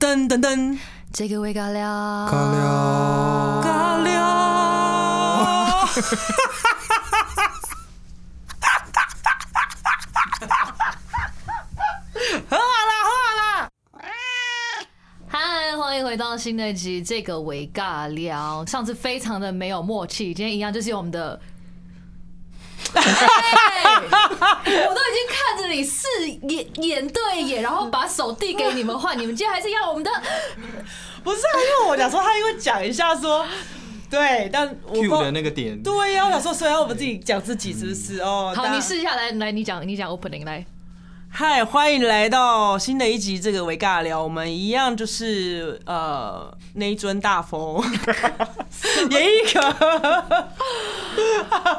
噔噔噔，这个味尬尬聊，聊，尬聊。嗨，欢迎回到新的一集这个味尬聊。上次非常的没有默契，今天一样就是用我们的。哎我都已经看着你是眼眼对眼，然后把手递给你们换，你们竟然还是要我们的不是啊，因为我想说他因为讲一下说，对，但我不 Q 的那个点，对啊呀、我想说，虽然我们自己讲自己是不是？哦，好，大你试一下来，来你讲，你讲 opening 来。嗨，欢迎来到新的一集这个维尬聊，我们一样就是呃那一尊大 佛，也一个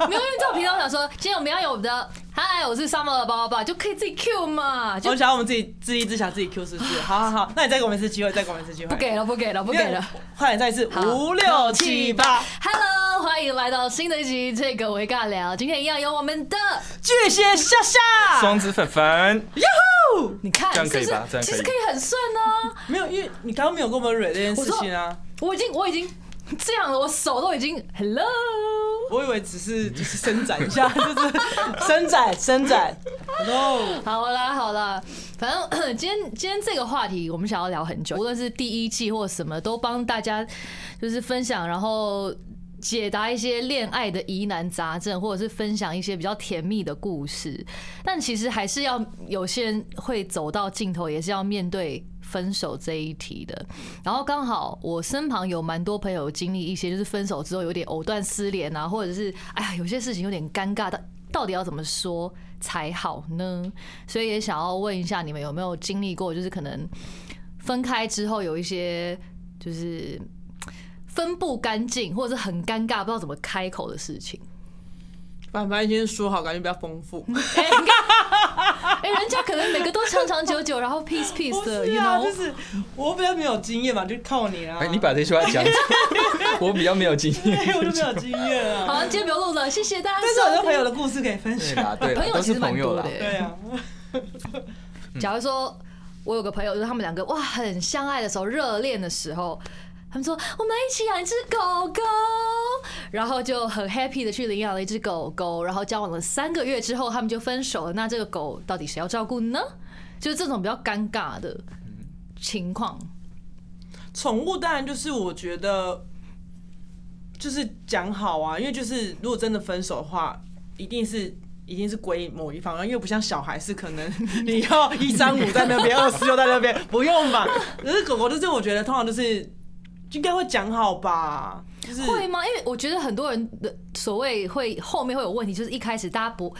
没有，因为照频道想说，今天我们要有我们的，嗨，我是 Summer 包包包，就可以自己 Q 嘛，就我想要我们自己自立自强，自己 Q 是不是？好好好，那你再给我们一次机会，再给我们一次机会，不给了，不给了，不不给了。，快点再一次，好五六七八，啊 Hello，欢迎来到新的一集这个维尬聊，今天一样有我们的，巨蟹下下，双子粉粉，你看这是样不可以是吧这样可以其实可以很顺呢、没有，因为你刚刚没有跟我们蕊这件事情啊，我已经我已经这样了，我手都已经 Hello。我以为只是就是伸展一下，就是伸展伸展，no， 好啦好啦，反正 今天今天这个话题我们想要聊很久，无论是第一季或什么，都帮大家就是分享，然后解答一些恋爱的疑难杂症，或者是分享一些比较甜蜜的故事。但其实还是要有些人会走到尽头，也是要面对。分手这一题的，然后刚好我身旁有蛮多朋友经历一些，就是分手之后有点藕断丝连啊，或者是哎呀有些事情有点尴尬，到到底要怎么说才好呢？所以也想要问一下你们有没有经历过，就是可能分开之后有一些就是呃分不干净，或者是很尴尬不知道怎么开口的事情。反正先说好，感觉比较丰富。哎、你看，哎、人家可能每个都长长久久，然后 peace 不 peace 的是，you 啊，就 know。是我比较没有经验嘛，就靠你啊啦。哎，你把这句话 讲，我比较没有经 验，对，我就没有经验 好啊。了，今天不要录了，谢谢大家。但是很多朋友的故事可以分对享。啦，对啦朋，友都其是实蛮朋友多啦的、，对啊，嗯假如说我有个朋友，就是他们两个哇很相爱的时候，热恋的时候，他们说哦我们一起养一只狗狗，然后就很 happy 的去领养了一只狗狗，然后交往了三个月之后，他们就分手了。那这个狗到底谁要照顾呢？就是这种比较尴尬的情况。宠物当然就是我觉得就是讲好啊，因为就是如果真的分手的话，一定是。一定是归某一方，因为不像小孩是可能 你要一三五在那边， 二四六在那边，不用吧？可是狗狗就是我觉得通常都是应该会讲好吧，就是会吗？因为我觉得很多人的所谓会后面会有问题，就是一开始大家不。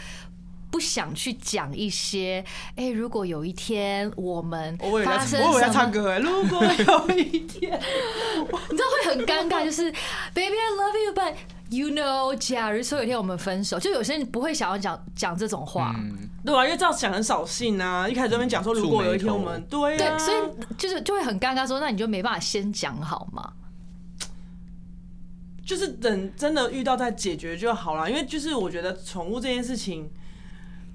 不想去讲一些，哎、如果有一天我们哦我以为发在生我以为在什么唱歌哎，如果有一天，你知道会很尴尬，就是 Baby I love you but you know，假如说有一天我们分手，就有些人不会想要讲讲这种话，嗯，对啊，因为这样想很扫兴啊。一开始这边讲说，如果有一天我们对对啊，，所以就是就会很尴尬说那你就没办法先讲好嘛。就是等真的遇到再解决就好了。因为就是我觉得宠物这件事情，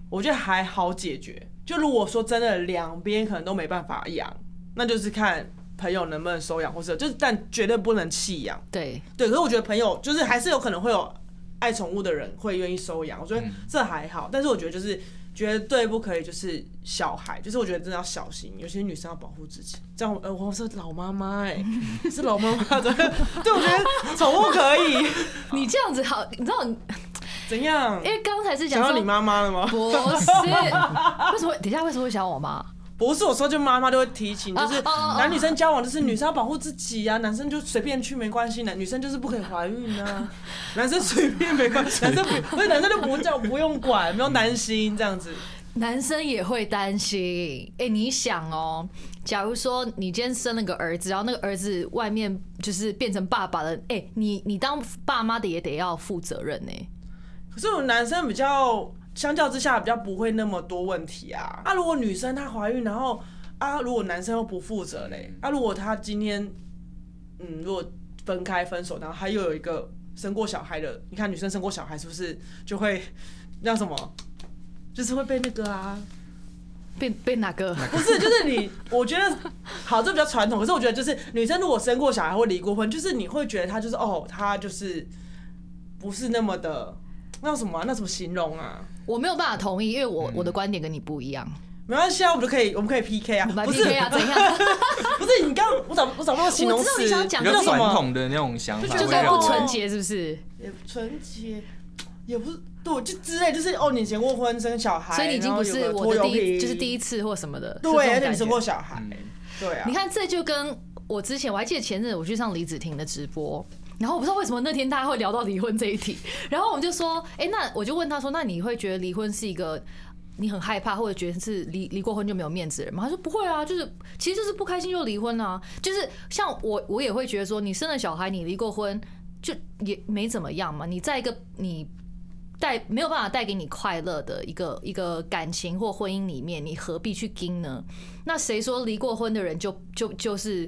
我觉得还好解决。就如果说真的两边可能都没办法养，那就是看朋友能不能收养，或者就是但绝对不能弃养。对，对，可是我觉得朋友就是还是有可能会有爱宠物的人会愿意收养，我觉得这还好。但是我觉得就是绝对不可以就是小孩，就是我觉得真的要小心，有些女生要保护自己。这样，呃，我是老妈妈哎，是老妈妈的， 对，我觉得宠物可以 你这样子好，你知道，因怎样？为刚才是想讲到说你妈妈了吗？不是，为什么？等一下为什么会想我妈？不是，我说就妈妈都会提醒，就是哦哦哦男女生交往，就是女生要保护自己啊，男生就随便去没关系，男女生就是不可以怀孕啊， 男生随便没关系，男生 不不是男生就不叫不用管，不用担心这样子。男生也会担心。哎、你想哦，假如说你今天生了个儿子，然后那个儿子外面就是变成爸爸了，哎、你你当爸妈的也得要负责任呢、可是我们男生比较相较之下比较不会那么多问题啊。啊，如果女生她怀孕，然后啊，如果男生又不负责嘞，啊，如果他今天嗯，如果分开分手，然后他又有一个生过小孩的，你看女生生过小孩是不是就会那什么，就是会被那个啊。被被哪个？不是，就是你，我觉得好，这比较传统。可是我觉得，就是女生如果生过小孩或离过婚，就是你会觉得她就是哦，她就是不是那么的那叫什么啊、那怎么形容啊？我没有办法同意，因为我我的观点跟你不一样。没关系啊，我们就可以，我们可以 PK 啊，来不是 PK 啊，怎样？ 不是你刚刚我找我找不到形容词，我知道你想讲比那较叫什传么？统的那种想法，就就觉会得跟让不哦纯洁是不是？也纯洁，也不是对，就之类，就是哦，你结过婚生小孩，所以你已经不是哎然后有个我的拖第油一，瓶就是第一次或什么的。是这对，种而且感你觉生过小孩，嗯对啊你，看，这就跟我之前我还记得前阵子我去上李子婷的直播，然后我不知道为什么那天大家会聊到离婚这一题，然后我们就说，哎、那我就问他说，那你会觉得离婚是一个？你很害怕，或者觉得是离离过婚就没有面子的人吗？他说不会啊，就是其实就是不开心就离婚啊，就是像我我也会觉得说，你生了小孩，你离过婚就也没怎么样嘛，你在一个你带没有办法带给你快乐的一个一个感情或婚姻里面，你何必去盯呢？那谁说离过婚的人就就就是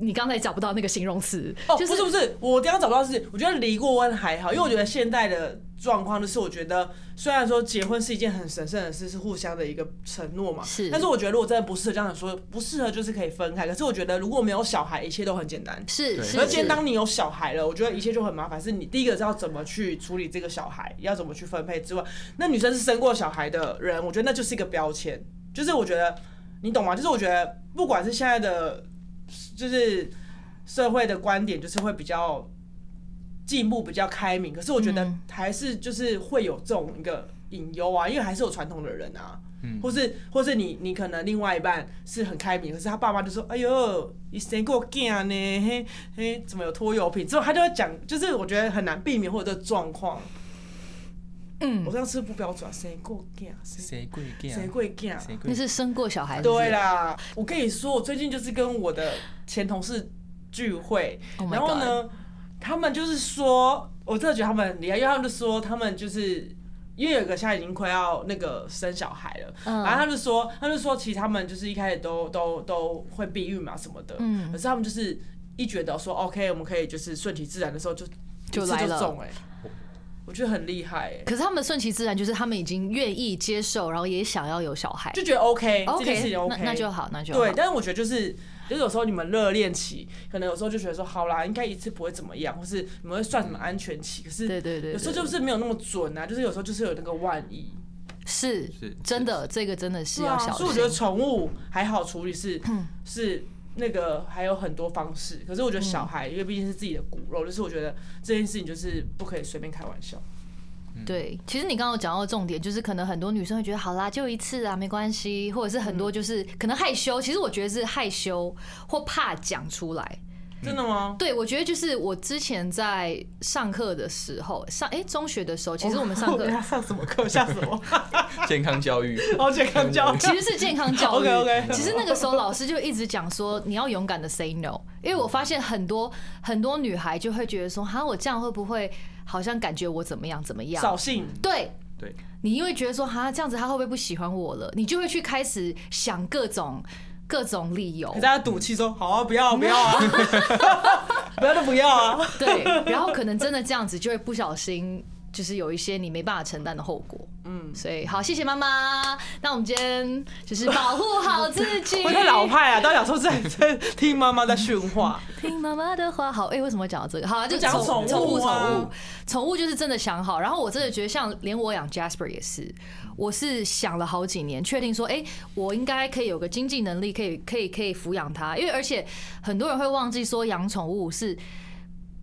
你刚才找不到那个形容词？哦，就不是不是，我刚刚找不到是，我觉得离过婚还好，因为我觉得现代的状况就是，我觉得虽然说结婚是一件很神圣的事，是互相的一个承诺嘛，是但是我觉得如果真的不适合，这样说不适合就是可以分开。可是我觉得如果没有小孩，一切都很简单。是对是而是且当你有小孩了，我觉得一切就很麻烦。是你第一个是要怎么去处理这个小孩，要怎么去分配之外，那女生是生过小孩的人，我觉得那就是一个标签。就是我觉得你懂吗？就是我觉得不管是现在的，就是社会的观点，就是会比较进步、比较开明。可是我觉得嗯还是就是会有这种一个隐忧啊，因为还是有传统的人啊。或是或是你你可能另外一半是很开明，可是他爸妈就说：“哎呦，你生过囝呢？嘿嘿，怎么有拖油瓶？”之后他就会讲，就是我觉得很难避免或者这个状况。嗯我，这样是不是不标准啊，生过囝，生谁贵干？生过囝啊，谁贵那是生过小孩，对，啦，我跟你说，我最近就是跟我的前同事聚会 Oh my 然后呢，他们就是说，我真的觉得他们很厉害，因为他们就说他们就是。因为有一个现在已经快要那个生小孩了，嗯然后他就说，他就说其实他们就是一开始都都都会避孕嘛什么的，嗯可是他们就是一觉得说哦 OK，我们可以就是顺其自然的时候就就一次来了中哎、我觉得很厉害哎、可是他们顺其自然，就是他们已经愿意接受，然后也想要有小孩。就觉得 OK, 这件事 OK，情 OK，那那就好，那就好。对，但是我觉得就是，就是有时候你们热恋期，可能有时候就觉得说，好啦，应该一次不会怎么样，或是你们会算什么安全期，可对是对对，有时候对就是没有那么准啊，就是有时候就是有那个万一，是是真的，这个真的是要啊小所以心嗯我觉。得宠物还好处理是是那个还有很多方式，可是我觉得小孩，因为毕竟是自己的骨肉，就是我觉得这件事情就是不可以随便开玩笑。对，其实你刚刚有讲到重点，就是可能很多女生会觉得好啦，就一次啊，没关系，或者是很多就是可能害羞。其实我觉得是害羞或怕讲出来。真的吗？对，我觉得就是我之前在上课的时候，上哎、中学的时候，其实 我们上 课要上什么嗯课，吓死我！健康教育，好健康教 育其实是健康教育。 OK，OK 其实那个时候老师就一直讲说，你要勇敢的 say no，因为我发现很多很多女孩就会觉得说，哈，我这样会不会好像感觉我怎么样怎么样？扫兴，对。对，你因为觉得说哈这样子他会不会不喜欢我了，你就会去开始想各种各种理由给，大家赌气说好啊，不要啊不要 啊，不要就不要啊。，对，然后可能真的这样子就会不小心，就是有一些你没办法承担的后果。嗯，所以好，谢谢妈妈。那我们今天就是保护好自己 我太老派啊，当小时候在在听妈妈在训话，听妈妈的话，好，哎、为什么讲到这个？好啊， 就讲宠宠物，物啊宠物，宠物就是真的想好。然后我真的觉得，像连我养 Jasper 也是，我是想了好几年，确定说，哎、我应该可以有个经济能力，可以可以可以抚养它。因为而且很多人会忘记说，养宠物是。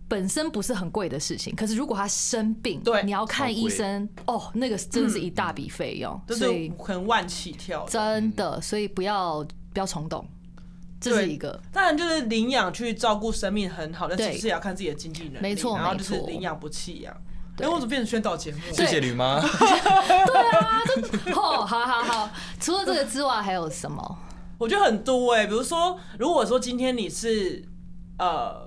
本身不是很贵的事情，可是如果它生病，对你要看超医贵生哦，那个真的是一大笔费用，就所是以可能万起跳。真的，所以不要不要冲动，这是对一个。当然就是领养去照顾生命很好，但对其实也要看自己的经济能力，没错然后就是没错领养不弃养。对哎，我怎么变成宣导节目？谢谢吕妈。哦，好好好，除了这个之外还有什么？我觉得很多哎、比如说，如果说今天你是呃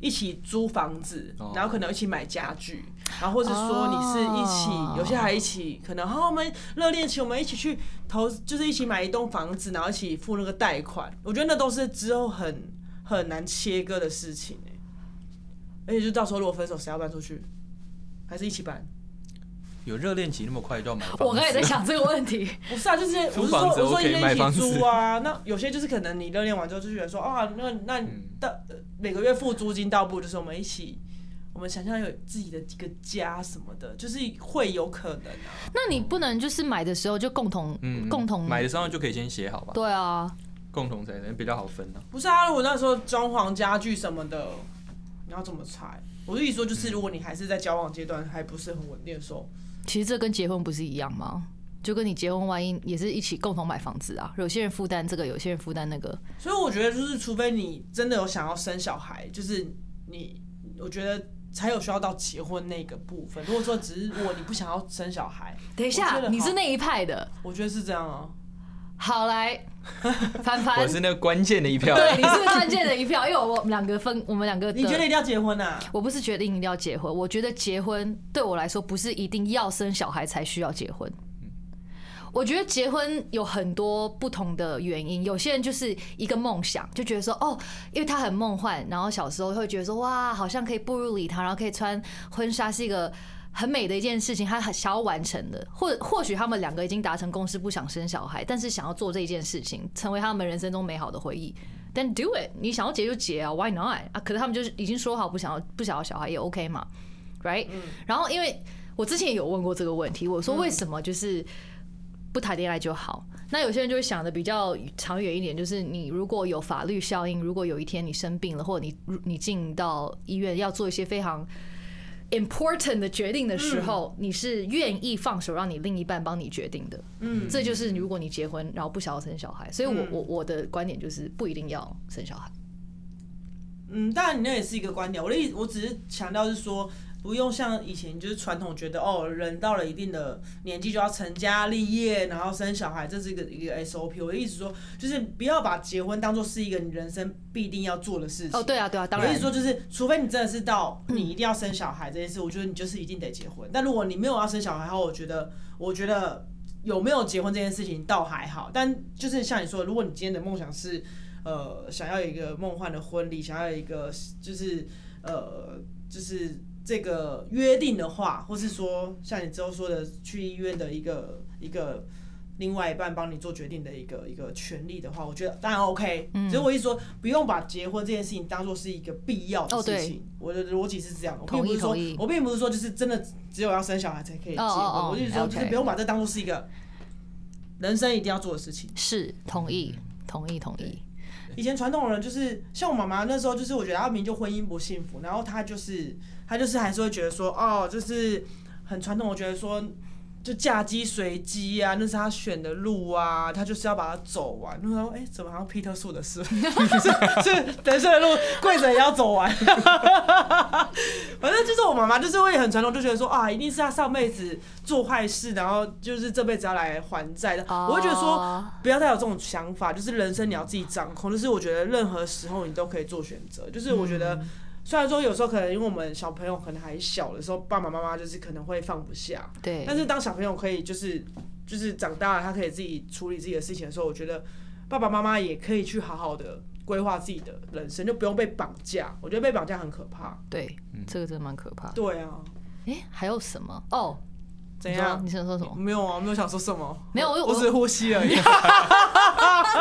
一起租房子哦，然后可能一起买家具，然后或是说你是一起，哦有些还一起，可能哦好我们热恋期，我们一起去投，就是一起买一栋房子，然后一起付那个贷款。我觉得那都是之后很很难切割的事情欸哎、而且就到时候如果分手，谁要搬出去？还是一起搬？ 有热恋期那么快就要买房子？我刚才也在想这个问题，不是啊，就是我租是房说子我说 OK，一买人一房起子租啊，那有些就是可能你热恋完之后就觉得说啊，那那到每个月付租金，倒不如就是我们一起。我们想象有自己的一个家什么的，就是会有可能啊。那你不能就是买的时候就共同嗯，共同买的时候就可以先写好吧，对啊，共同财产比较好分啊。不是啊，如果那时候装潢家具什么的，你要怎么拆？我的意思说，就是如果你还是在交往阶段，还不是很稳定的时候，其实这跟结婚不是一样吗？就跟你结婚万一也是一起共同买房子啊，有些人负担这个，有些人负担那个，所以我觉得就是，除非你真的有想要生小孩，就是你，我觉得才有需要到结婚那个部分。如果说只是如果你不想要生小孩，等一我下觉得，好你是那一派的，我觉得是这样啊。好 来，凡凡我，是那个关键的一票，对，你啊是关键的一票，因为我们两个分，我们两个的，你觉得一定要结婚啊？我不是决定一定要结婚，我觉得结婚对我来说不是一定要生小孩才需要结婚。我觉得结婚有很多不同的原因，有些人就是一个梦想，就觉得说哦，因为他很梦幻，然后小时候会觉得说哇，好像可以步入礼堂，然后可以穿婚纱是一个很美的一件事情，他很想要完成的，或或许他们两个已经达成共识，不想生小孩，但是想要做这一件事情，成为他们人生中美好的回忆。但 do it，你想要结就结啊，Why not 啊？可是他们就是已经说好不想要不想要小孩也 OK 嘛，right？、然后因为我之前也有问过这个问题，我说为什么就是不谈恋爱就好？那有些人就会想的比较长远一点，就是你如果有法律效应，如果有一天你生病了，或者你你进到医院要做一些非常 important 的决定的时候，你是愿意放手让你另一半帮你决定的。嗯，这就是如果你结婚然后不想要生小孩，所以我嗯我我的观点就是不一定要生小孩。嗯，当然你那也是一个观点。我的意思，我只是强调是说，不用像以前就是传统觉得哦，人到了一定的年纪就要成家立业，然后生小孩，这是一个一个 SOP。我的意思说，就是不要把结婚当做是一个你人生必定要做的事情。哦，对啊，对啊，当我的意然思。说，就是除非你真的是到你一定要生小孩这件事，我觉得你就是一定得结婚。但如果你没有要生小孩后，我觉得，我觉得有没有结婚这件事情倒还好。但就是像你说，如果你今天的梦想是，呃，想要有一个梦幻的婚礼，想要有一个就是呃，就是这个约定的话，或是说像你之后说的去医院的一个一个另外一半帮你做决定的一个一个权利的话，我觉得当然 OK。所以嗯我一说不用把结婚这件事情当做是一个必要的哦事对情，我的逻辑是这样。我并不同意是说同意我并不是说就是真的只有要生小孩才可以结婚，哦哦哦我就是说就是，OK 不用把这当做是一个人生一定要做的事情。是同嗯意，同意，同意。以前传统人就是像我妈妈那时候，就是我觉得她明明就婚姻不幸福，然后她就是她就是还是会觉得说，哦，就是很传统，我觉得说就嫁鸡随鸡啊，那是她选的路啊，她就是要把它走完。那时候哎、怎么好像皮特树的事， 是人生的路跪着也要走完。 反正就是我妈妈就是会很传统，就觉得说啊，一定是她上辈子做坏事，然后就是这辈子要来还债的。我会觉得说。哦不要再有这种想法，就是人生你要自己掌控。就是我觉得任何时候你都可以做选择。就是我觉得，虽然说有时候可能因为我们小朋友可能还小的时候，爸爸妈妈就是可能会放不下，对，但是当小朋友可以就是就是长大了，他可以自己处理自己的事情的时候，我觉得爸爸妈妈也可以去好好的规划自己的人生，就不用被绑架。我觉得被绑架很可怕。对，嗯这个真的蛮可怕的。对啊，哎，还有什么？哦，怎你说样你？想说什么？没有啊，没有想说什么，没有我我只是呼吸而已，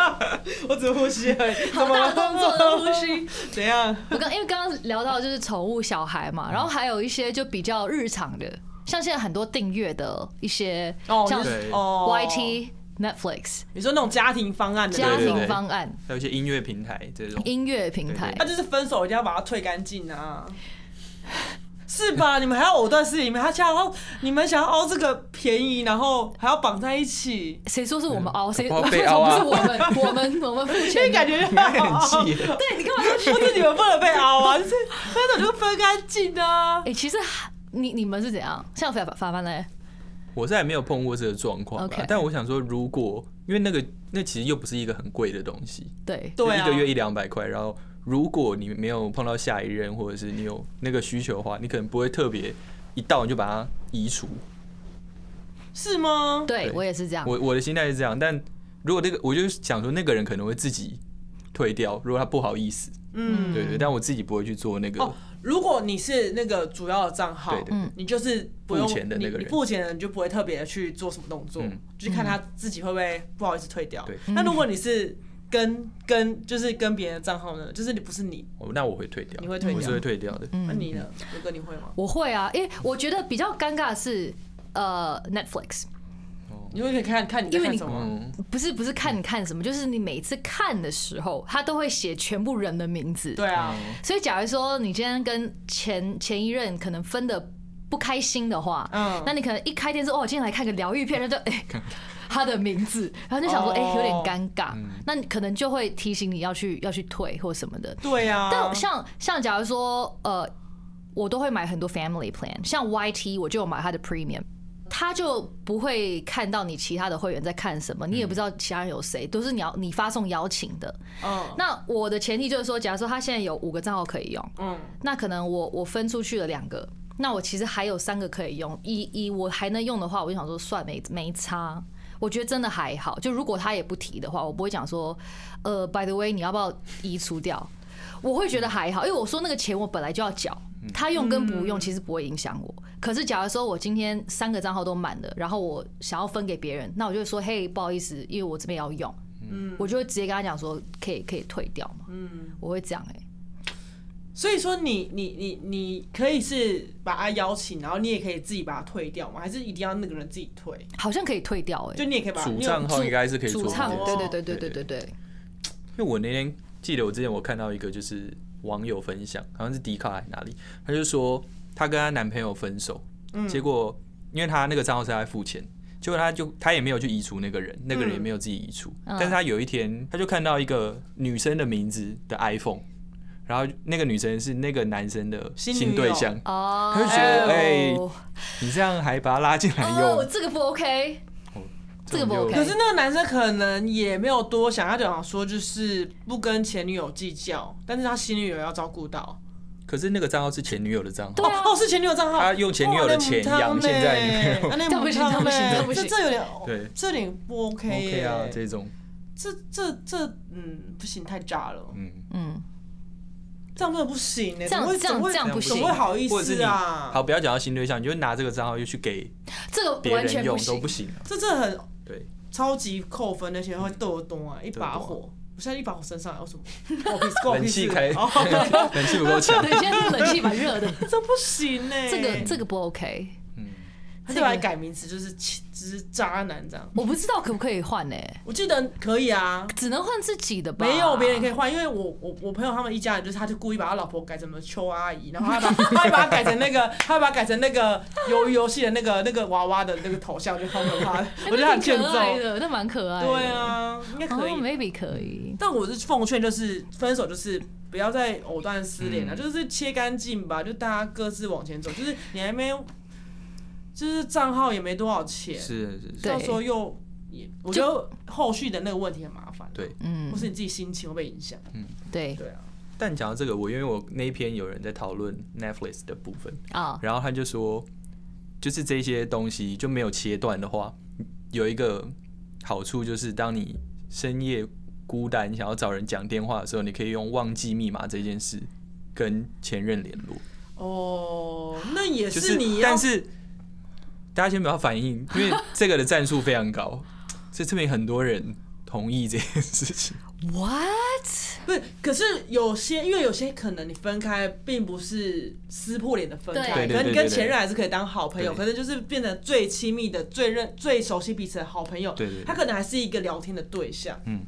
我只是呼吸而 已，怎好么大了？的动作的呼吸。 怎样？我刚因为刚刚聊到就是宠物小孩嗯嘛，然后还有一些就比较日常的，像现在很多订阅的一些哦，像就是对哦 YT、Netflix 你说那种家庭方案的家那种，庭方案、还有一些音乐平台这种，音乐平台对那。就是分手一定要把它退干净啊。是吧？你们还要藕断丝连，你们还想要，你们想要凹这个便宜，然后还要绑在一起，谁说是我们 熬？谁搞不好被凹 啊不是我们，我们我们付因为钱 的。感觉就应 该很气耶，对你干嘛要去？不是你们不能被凹啊，就是分手就分干净啊。哎，其实你你们是怎样？像法法班嘞？我是还没有碰过这个状况啦 OK 但我想说，如果因为那个那其实又不是一个很贵的东西，对，对啊，就一个月一两百块。然后如果你没有碰到下一任，或者是你有那个需求的话，你可能不会特别一到你就把它移除。是吗？对对我也是这样。我我的心态是这样，但如果那个我就想说，那个人可能会自己退掉，如果他不好意思，嗯，对对，但我自己不会去做那个哦，如果你是那个主要的账号，对对对嗯你就是不用付钱的那个人你你付钱的人就不会特别去做什么动作，嗯就是看他自己会不会不好意思退掉对。嗯那如果你是跟跟就是跟别人的账号呢，就是你不是你，哦，那我会退掉，你会嗯退掉我是会退掉的。嗯那你呢？如果你会吗？我会啊，因为我觉得比较尴尬的是呃 Netflix，你会可以看看你在因为看你什么？哦嗯，不是不是看你看什么，就是你每次看的时候，他都会写全部人的名字。对啊，所以假如说你今天跟前前一任可能分的不开心的话，嗯那你可能一开店说哦，我今天来看个疗愈片，然后就哎、他的名字，然后就想说哎、有点尴尬，那你可能就会提醒你要去要去退或什么的。对啊。但像像假如说呃，我都会买很多 family plan，像 YT 我就有买它的 premium。他就不会看到你其他的会员在看什么，你也不知道其他人有谁，都是你要你发送邀请的。嗯那我的前提就是说，假如说他现在有五个账号可以用，嗯，那可能我我分出去了两个，那我其实还有三个可以用，一一我还能用的话，我就想说算没没差。我觉得真的还好，就如果他也不提的话，我不会讲说，呃，by the way，你要不要移除掉？我会觉得还好，因为我说那个钱我本来就要缴，他用跟不用其实不会影响我。可是假如说我今天三个账号都满了，然后我想要分给别人，那我就会说，嘿，不好意思，因为我这边也要用，我就会直接跟他讲说，可以可以退掉嘛，我会这样哎、所以说你你你你可以是把他邀请，然后你也可以自己把他退掉吗？还是一定要那个人自己退？好像可以退掉哎、就你也可以把主你有账号应该是可以做主这件唱事，，对哦对对对对对对对，因为我那天记得我之前我看到一个就是网友分享，好像是迪卡还是哪里，他就说她跟她男朋友分手，嗯结果因为她那个账号是她在付钱。结果她就她也没有去移除那个人，那个人也没有自己移除，嗯但是她有一天她就看到一个女生的名字的 iPhone，然后那个女生是那个男生的新女新对 友象，哦，他就觉得哎哦你这样还把她拉进来哎用，哦，这个不 OK，这个不种就 OK 可是那个男生可能也没有多想，他就想说就是不跟前女友计较，但是他前女友要照顾到。可是那个账号是前女友的账号，对啊哦，是前女友账号，他用前女友的钱养现在的女朋友， 那这不行母汤这不行欸这不行这这有点，对这有点不 OK ，OK 耶啊，这种，这这这，嗯，不行，太渣了，嗯，嗯，这样真的不行欸这怎样么会这样怎么会这样不行怎么会好意或者是思你啊好，？不要讲到新对象，你就拿这个账号又去给这个别完人全用都行不。行啊，这真的很对，超级扣分，而且会斗多啊，一把斗多火。我现在一把火身上有什么？ 关我屁事关我冷屁事气开，哦 冷气不够 强对，，现在冷气蛮热的，这不行呢。 这个这个不 OK，嗯，他就把它改名词，就是气就是渣男这样。我不知道可不可以换呢、我记得可以啊，只能换自己的吧？没有别人可以以。换，因为我我我朋友他们一家人就是，他就故意把他老婆改成什么邱阿姨，然后他把 他还把他改成那个，他还把他改成那个鱿鱼游戏的那个那个娃娃的那个头像，就超可 怕的，我觉得他很欠揍可。爱的，哎那蛮可爱的。对，啊，应该可以哦、。，maybe 可以。但我是奉劝，就是分手就是不要再藕断丝连了，嗯就是切干净吧，就大家各自往前走。就是你还没，就是账号也没多少钱，是是是，对到时候又也，我觉得后续的那个问题很麻烦，啊对，嗯嗯或，是你自己心情会被影响。对对啊，但讲到这个，我因为我那一篇有人在讨论 Netflix 的部分，啊，然后他就说，就是这些东西就没有切断的话，有一个好处就是，当你深夜孤单想要找人讲电话的时候，你可以用忘记密码这件事跟前任联络。嗯哦，那也啊就是你要，但是大家先不要反应， 因为这个的战术非常高，这证明很多人同意这件事情。 what？不是？可是有些，因为有些可能你分开并不是撕破脸的分开，对对可对能你对跟对前任还是可以当好朋友，对可能就是变成最亲密的、最认、最熟悉彼此的好朋友。对对对他可能还是一个聊天的对象，嗯，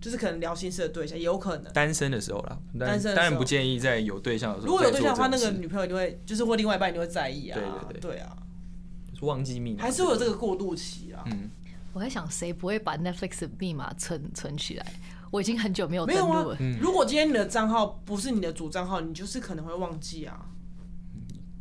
就是可能聊心事的对象，也有可能。单身的时候啦，当然单身的时候当然不建议在有对象的时候。如果有对象的话，那个女朋友就会，就是或另外一半，你会在意啊，对对对啊，忘记密码，还是会有这个过渡期啊。嗯，我在想谁不会把 Netflix 的密码存存起来？我已经很久没有没登有录啊了。，嗯如果今天你的账号不是你的主账号，你就是可能会忘记啊，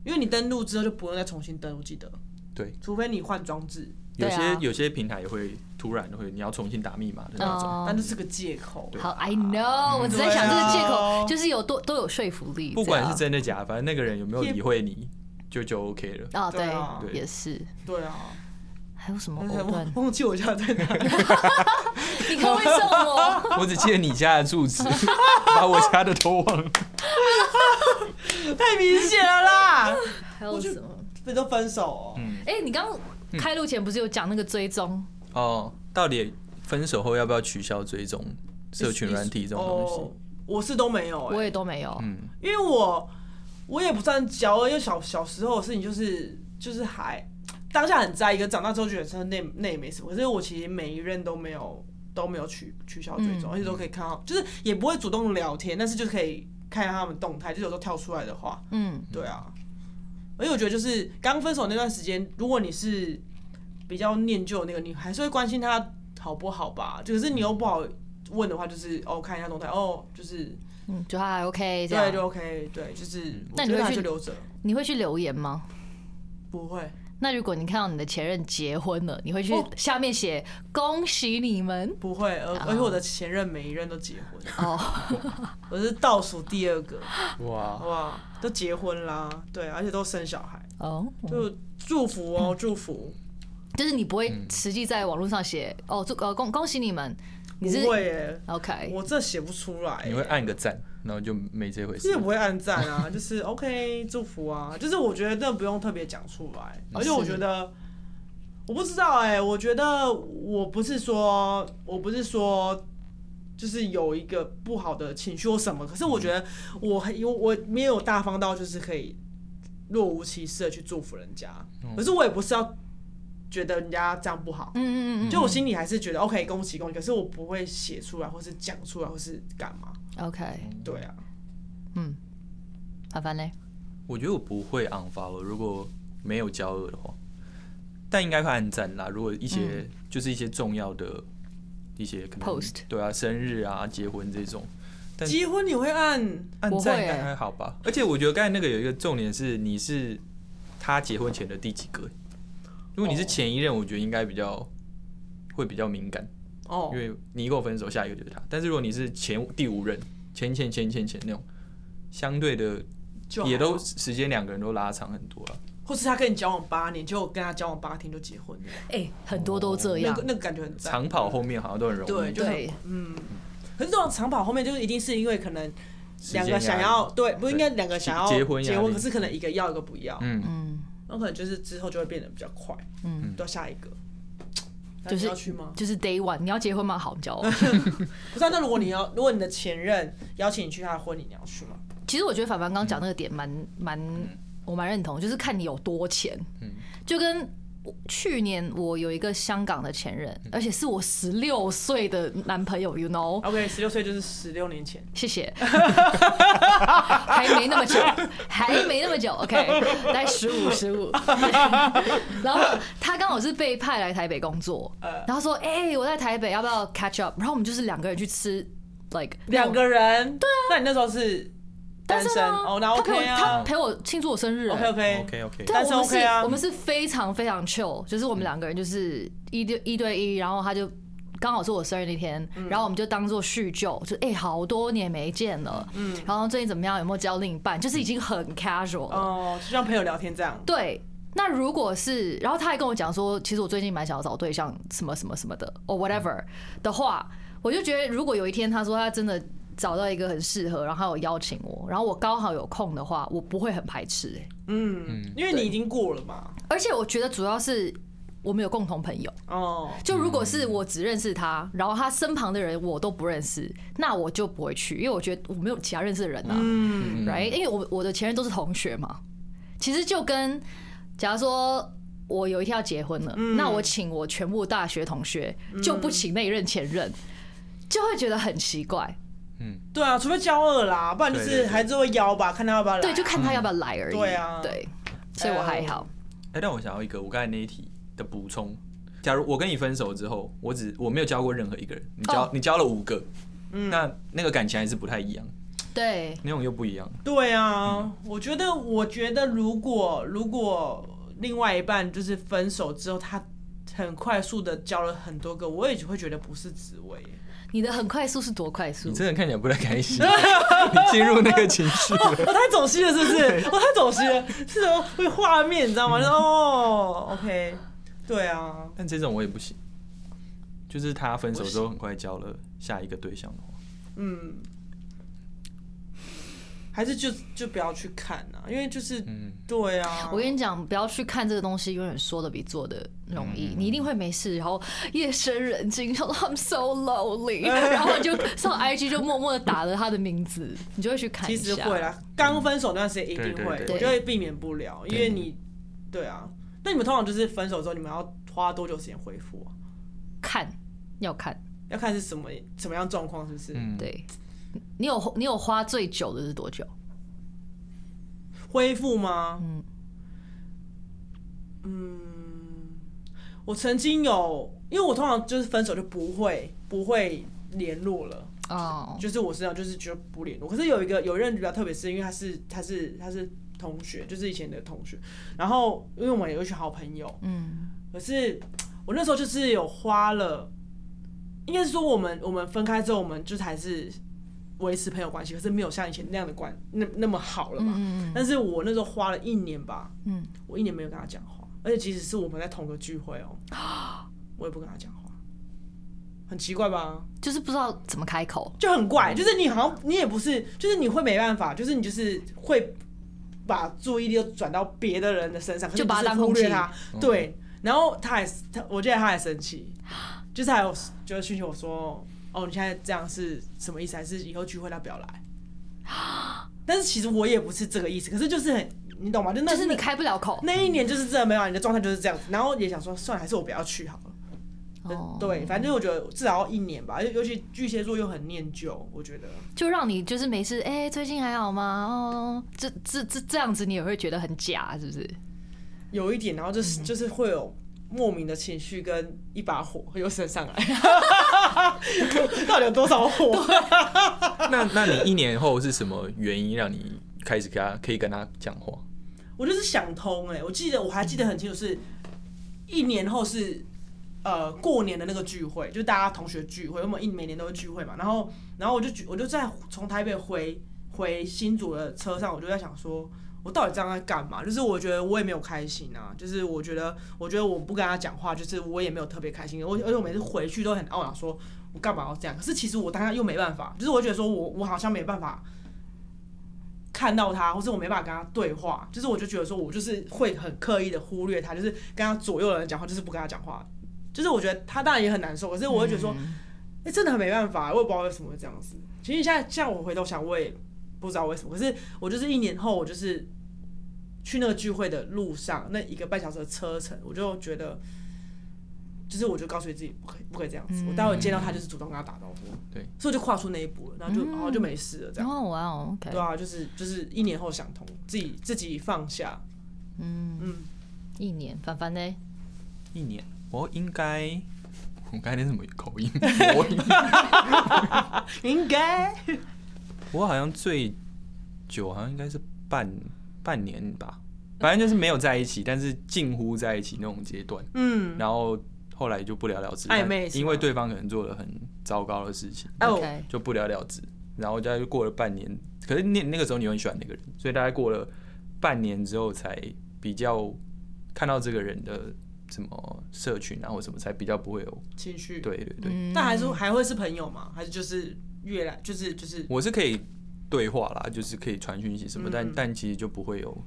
因为你登录之后就不用再重新登录，记得，对。除非你换装置，有对些、啊有些平台也会突然会你要重新打密码的那种，哦但这是个借口。好，I know，我只在想这对个啊借口就是有多都有说服力，不管是这样真的假的，反正 那个人有没有理会你，就就 OK 了。啊，对啊对，对也是，对啊，还有什么我藕断 忘？忘记我家在哪里，你看为什 么？我只记得你家的 住址，把我家的都忘了。太明显了啦！嗯还有什么？不就分手、哦？哎、你刚嗯开录前不是有讲那个追踪？哦，到底分手后要不要取消追踪社群软体这种东哦西？我是都没有、欸，我也都没有。嗯，因为我我也不算骄傲，因为小小时候的事情就是就是还当下很在意，可长大之后觉得那那也没什么。可是我其实每一任都没有都没有取取消追踪，而且都可以看到，就是也不会主动聊天，但是就可以看一下他们动态，就有时候跳出来的话，嗯，对啊。而且我觉得就是刚分手那段时间，如果你是比较念旧的那个，你还是会关心他好不好吧？就是你又不好问的话，就是哦看一下动态，哦就是。嗯，就还 OK 这对，就样。 OK，对，嗯就是我那你觉得会他去就留着，你会去留言吗？不会，那如果你看到你的前任结婚了，你会去哦下面写恭喜你们不会，而而且我的前任每一任都结婚，哦， 我是倒数第二个，哇，哇，都结婚啦，对，而且都生小孩，哦，就祝福哦，嗯祝福，就是你不会嗯实际在网络上写哦，祝呃恭恭喜你们，你是不会耶， OK，我这写不出来耶，你会按个赞，然后就没这回其事实也。不会暗赞啊， 就是 OK 祝福啊，就是我觉得那不用特别讲出来，嗯而且我觉得我不知道哎、我觉得我不是说我不是说就是有一个不好的情绪或什么，可是我觉嗯得我很有我没有大方到就是可以若无其事的去祝福人家，可是我也不是要觉得人家这样不好。嗯嗯嗯就我心里还是觉得 OK，恭喜恭喜，可是我不会写出来，或是讲出来，或是干嘛？嗯，OK，对啊，嗯，麻烦嘞，我觉得我不会 unfollow，如果没有交恶的话，但应该会按赞啦。如果一些、就是一些重要的一些可能 Post 对啊，生日啊、结婚这种，但嗯结婚你会按按我赞会应该欸还好吧。而且我觉得刚才那个有一个重点是，你是他结婚前的第几个？如果你是前一任，我觉得应该比较会比较敏感，哦因为你一跟我分手，下一个就是他。但是如果你是前第五任、前前前前前那种，相对的就也还好都时间两个人都拉长很多了。或是他跟你交往八年，就跟他交往八天就结婚了，哎，很多都这那样个，那个感觉很赞。长跑后面好像都很容易。对，就对很嗯，可是这种长跑后面就是一定是因为可能时间两压力个想要对，不应该两个想要结结婚压力结婚，可是可能一个要一个不要，嗯，嗯，那可能就是之后就会变得比较快，嗯，到下一个。那就你是要去吗？就是 Day One，你要结婚吗？好，我们交往。嗯不是、啊，那如果你要，如果你的前任邀请你去他的婚礼，你要去吗？其实我觉得凡凡刚刚讲那个点蛮蛮，我蛮认同，就是看你有多钱。嗯就跟我去年我有一个香港的前任，嗯而且是我十六岁的男朋友，you know， OK，十六岁就是十六年前，谢谢，还没那么久，还没那么久，OK，大概十五十 五。然后他刚好是被派来台北工作，呃然后说，哎、我在台北，要不要 catch up？然后我们就是两个人去吃，like 那两种个人，对啊，那你那时候是单单身身啊哦，那他陪 OK 我他啊陪我庆祝我生日、哎，OK OK OK OK，对，单我身们是 OK 啊我们是非常非常 chill，就是我们两个人就是一对一对一，然后他就。刚好是我生日那天，嗯然后我们就当做叙旧，就哎、好多年没见了，嗯，然后最近怎么样？有没有交另一半？就是已经很 casual 了。嗯哦，就像朋友聊天这样。对，那如果是，然后他还跟我讲说，其实我最近蛮想要找对象，什么什么什么的，or 嗯 whatever 的话，我就觉得如果有一天他说他真的找到一个很适合，然后他有邀请我，然后我刚好有空的话，我不会很排斥、欸。嗯，因为你已经过了嘛。而且我觉得主要是我们有共同朋友。哦，就如果是我只认识他，嗯然后他身旁的人我都不认识，那我就不会去，因为我觉得我没有其他认识的人啊、嗯， r i g h t 因为我我的前任都是同学嘛。其实就跟，假如说我有一天要结婚了，嗯那我请我全部大学同学，就不请那一任前任，就会觉得很奇怪。对啊，除非交恶啦，不然就对对是对还是会邀吧，看他要不要来。对，就看他要不要来而已。嗯对啊对，所以我还好。哎，但我想要一个我刚才那一题的补充。假如我跟你分手之后，我只我没有交过任何一个人，你交、哦你交了五个，嗯那那个感情还是不太一样，对，那种又不一样。对啊，我觉得，我觉得如果如果另外一半就是分手之后，他很快速的交了很多个，我也会觉得不是滋味。你的很快速是多快速你？真的看起来不太 开心，你进入那个情绪了。我太走心了，是不是？我太走心了，是什么会画面，你知道吗？就哦，OK，对啊，但这种我也不行，就是他分手之后很快交了下一个对象 的话，嗯，还是就就不要去看啊，因为就是、嗯，对啊，我跟你讲，不要去看这个东西，永远说的比做的容嗯易，你一定会没事。然后夜深人静，想到 I'm so lonely，然后就上 IG 就默默的打了他的名字，你就会去看其一实下。会啦，刚分手那段时间一定对对会，对我觉得避免不了，因为你，对啊，那你们通常就是分手之后，你们要花多久时间恢复啊？看要看，要看是什么什么样状况，是不是？嗯，对你有你有花最久的是多久？恢复吗？嗯嗯我曾经有，因为我通常就是分手就不会不会联络了，哦，就是我身上就是绝对不联络。可是有一个有一任比较特别，是因为他是他是他是同学，就是以前的同学，然后因为我们有一群好朋友，嗯可是我那时候就是有花了，应该是说我们我们分开之后，我们就是还是维持朋友关系，可是没有像以前那样的关那那么好了嘛。嗯但是我那时候花了一年吧，嗯，我一年没有跟他讲话，而且即使是我们在同个聚会 哦、我也不跟他讲话，很奇怪吧？就是不知道怎么开口。就很嗯怪，就是你好像你也不是，就是你会没办法，就是你就是会把注意力都转到别的人的身上，可是就把你他就是当忽空气嗯略他，对。然后他还他，我记得他还生气，就是还有就是讯息我说，哦，你现在这样是什么意思？还是以后聚会他不要来？但是其实我也不是这个意思，可是就是很，你懂吗？就那就是你开不了口，那一年就是真的没有你的状态就是这样子，然后也想说算了，还是我不要去好了。哦 对，反正我觉得至少要一年吧，尤尤其巨蟹座又很念旧，我觉得。就让你就是没事，哎、最近还好吗？哦，这这这这样子，你也会觉得很假，是不是？有一点，然后就是就是会有莫名的情绪跟一把火又升上来， 到底有多少火？那那你一年后是什么原因让你开始跟他可以跟他讲话？我就是想通哎、我记得我还记得很清楚是，一年后是呃过年的那个聚会，就大家同学聚会，我们一每年都会聚会嘛，然后然后我就觉我就在从台北回回新竹的车上，我就在想说。我到底这样在干嘛？就是我觉得我也没有开心啊，就是我觉得，我觉得我不跟他讲话，就是我也没有特别开心。我而且我每次回去都很懊恼，说我干嘛要这样？可是其实我当下又没办法，就是我觉得说我我好像没办法看到他，或是我没办法跟他对话，就是我就觉得说我就是会很刻意的忽略他，就是跟他左右的人讲话，就是不跟他讲话。就是我觉得他当然也很难受，可是我会觉得说，哎、嗯真的很没办法，我也不知道为什么会这样子。其实现在像我回头想，我也不知道为什么，可是我就是一年后，我就是去那个聚会的路上那一个半小时的车程，我就觉得，就是我就告诉自己不可以不可以这样子，我待会见到他就是主动跟他打招呼，对，所以我就跨出那一步了，然后就、然后就没事了这样。哦，哇哦，OK，对啊，就是就是一年后想通，自己自己放下。嗯嗯，一年，凡凡呢？一年，我应该， 我刚才那什么口音？我应应该我好像最久好像应该是半半年吧，反正就是没有在一起，但是近乎在一起那种阶段。嗯，然后后来就不了了之，暧昧是吗因为对方可能做了很糟糕的事情，哦 OK 就不了了之。然后大概就过了半年，可是那那个时候你又很喜欢那个人，所以大概过了半年之后才比较看到这个人的什么社群啊或什么，才比较不会有。情绪，对对对，嗯但还是还会是朋友吗？还是就是越来就是就是我是可以对话啦，就是可以传讯息什么，嗯但但其实就不会有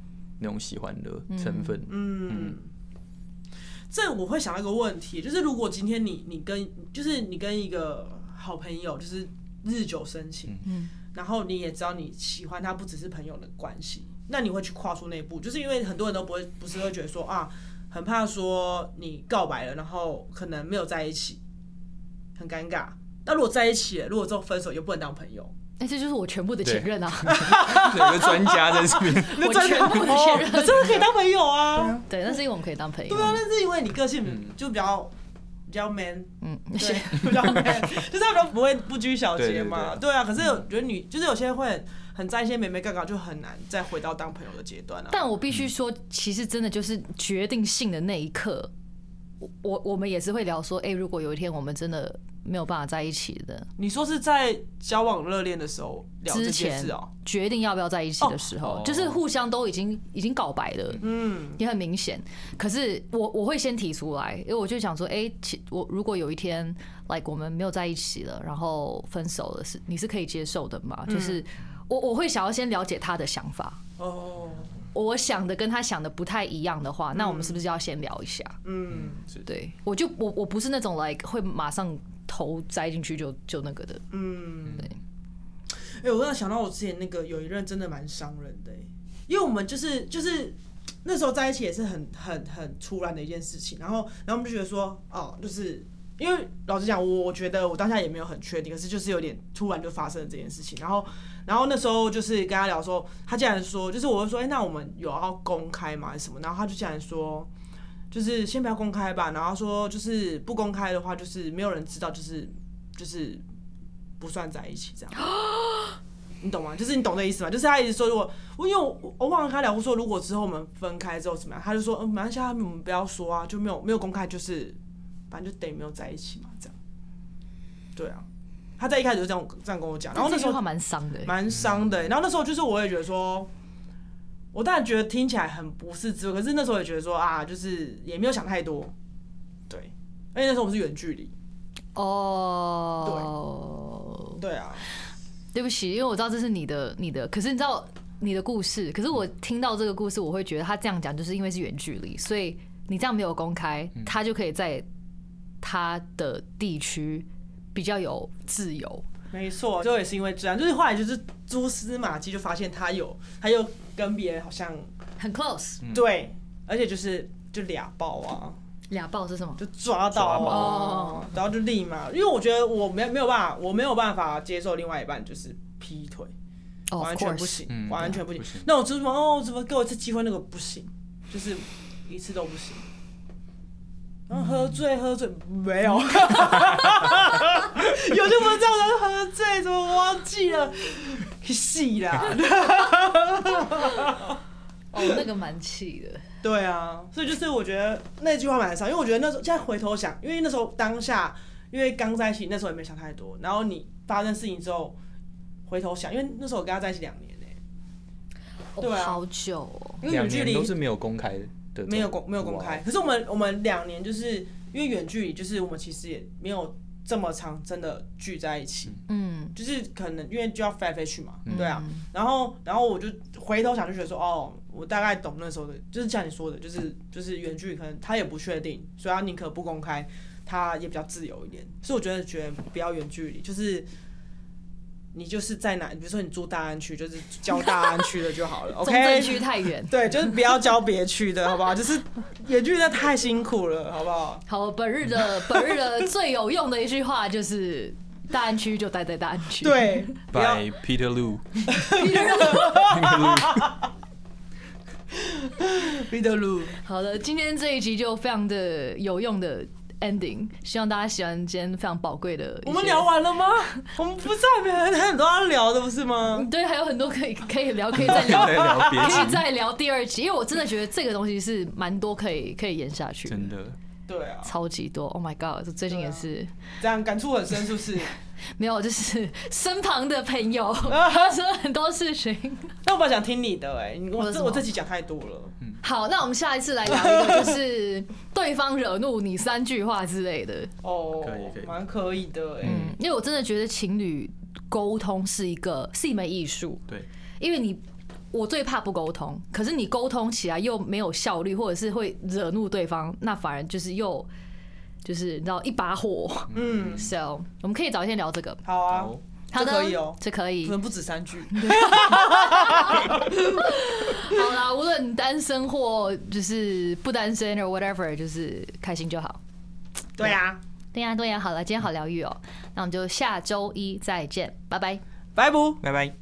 那种喜欢的成分。嗯，这我会想到一个问题，就是如果今天你你跟就是你跟一个好朋友就是日久生情，嗯然后你也知道你喜欢他不只是朋友的关系，那你会去跨出那一步，就是因为很多人都不会不是会觉得说啊，很怕说你告白了，然后可能没有在一起，很尴尬。那如果在一起了，如果之后分手又不能当朋 友，哎、这就是我全部的前任啊！嗯有个专家在 这边，那真的全部的确认哦那真的可以当朋友啊。 对，那是因为我们可以当朋 友对。啊，那是因为你个性就比较比较 man，嗯，对，比较 man，就是他比较不会不拘小节嘛。对对对对啊，可是我觉得女就是有些人会很很在意一些美眉嘎嘎，就很难再回到当朋友的阶段了、啊。但我必须说，其实真的就是决定性的那一刻，我我我们也是会聊说，哎、如果有一天我们真的没有办法在一起的，你说是在交往热恋的时候聊这之件前事哦、决定要不要在一起的时候哦，就是互相都已经已经告白了，嗯，也很明显。可是我我会先提出来，因为我就想说，哎、其我如果有一天，like 我们没有在一起了，然后分手了，是你是可以接受的吗？嗯就是我我会想要先了解他的想法，哦，我想的跟他想的不太一样的话，那我们是不是要先聊一下？嗯是对我就我我不是那种 like 会马上头栽进去就就那个的，嗯，对。哎、我突然想到我之前那个有一任真的蛮伤人的、欸，因为我们就是就是那时候在一起也是很很很突然的一件事情，然后然后我们就觉得说，哦，就是因为老实讲，我我觉得我当下也没有很确定，可是就是有点突然就发生了这件事情，然后然后那时候就是跟他聊说，他竟然说，就是我就说，哎、那我们有要公开吗？还是什么？然后他就竟然说。就是先不要公开吧，然后说就是不公开的话，就是没有人知道，就是就是不算在一起这样。你懂吗？就是你懂这意思吗？就是他一直说，如果我因为我我忘了跟他聊过说，如果之后我们分开之后怎么样，他就说嗯，没关系啊，我们不要说啊，就没有没有公开，就是反正就等于没有在一起嘛，这样。对啊，他在一开始就这样这样跟我讲，然后那这时句候话蛮伤的、蛮伤的欸、然后那时候就是我也觉得说，我当然觉得听起来很不是滋味，可是那时候也觉得说啊，就是也没有想太多，对。而且那时候我们是远距离，哦，对啊，对不起，因为我知道这是你的你的，可是你知道你的故事，可是我听到这个故事，我会觉得他这样讲就是因为是远距离，所以你这样没有公开，嗯他就可以在他的地区比较有自由。没错，最后也是因为这样，就是后来就是蛛丝马迹，就发现他有，他又跟别人好像很 close，嗯对，而且就是就俩爆啊，俩爆是什么？就抓到抓啊爆，然后就立马，因为我觉得我没没有办法，我没有办法接受另外一半就是劈腿。哦、完 of 全不 course，行，嗯完全不行对不行。那我就是什么哦，怎么给我一次机会？那个不行，就是一次都不行。然后喝醉，喝醉没有，有就不是这样，然后喝醉怎么忘记了？戏啦， 哦、那个蛮气的。对啊，所以就是我觉得那句话蛮伤，因为我觉得那时候现在回头想，因为那时候当下，因为刚在一起，那时候也没想太多。然后你发生事情之后，回头想，因为那时候我跟他在一起两年呢、哦 对啊好久、哦，因为两远距年离都是没有公开的这种，没有公没有公开。哇，哦可是我们我们两年就是因为远距离，就是我们其实也没有这么长真的聚在一起，嗯，就是可能因为就要飞来飞去嘛，对啊。然后然后我就回头想就觉得说，哦，我大概懂那时候的，就是像你说的，就是就是远距离可能他也不确定，所以他宁可不公开，他也比较自由一点。所以我觉得觉得不要远距离，就是。你就是在哪，比如说你住大安区，就是 交大安区的就好了。中 OK，正区太远。对，就是不要教别去的，好不好？就是远距离真的太辛苦了，好不好？好，本日的本日的最有用的一句话就是。大安区就待在大安区，， 对，不要 by Peter Lu，彼得路。好的，今天这一集就非常的有用的 ending，希望大家喜欢今天非常宝贵的。我们聊，完了吗？我们不是还没还很多要聊的，不是吗？对，还有很多可以可以聊，可以再 聊，在聊别可以集，再聊第二集，因为我真的觉得这个东西是蛮多可以可以演下去，真的对啊，超级多。Oh my god，最近对啊也是、这样感触很深，是不 是？没有，就是身旁的 朋友发生很多事情。啊那我本来想听你的、哎，你我我的什这我么这集讲太多了。嗯好，那我们下一次来聊一个，就是对方惹怒你三句话之类的。哦，可以可以蛮可以的、哎、嗯，因为我真的觉得情侣沟通是一个是一门艺术，对，因为你我最怕不沟通，可是你沟通起来又没有效率，或者是会惹怒对方，那反而就是又就是你知道一把 火。嗯， So 我们可以早一天聊这个，好啊，好，好这的，可以哦这可以可。能不止三句。好啦，无论单身或就是不单身 or whatever，就是开心就好。对啊，对呀，对呀，好了，今天好疗愈哦，那我们就下周一再见，拜拜。拜不。拜拜。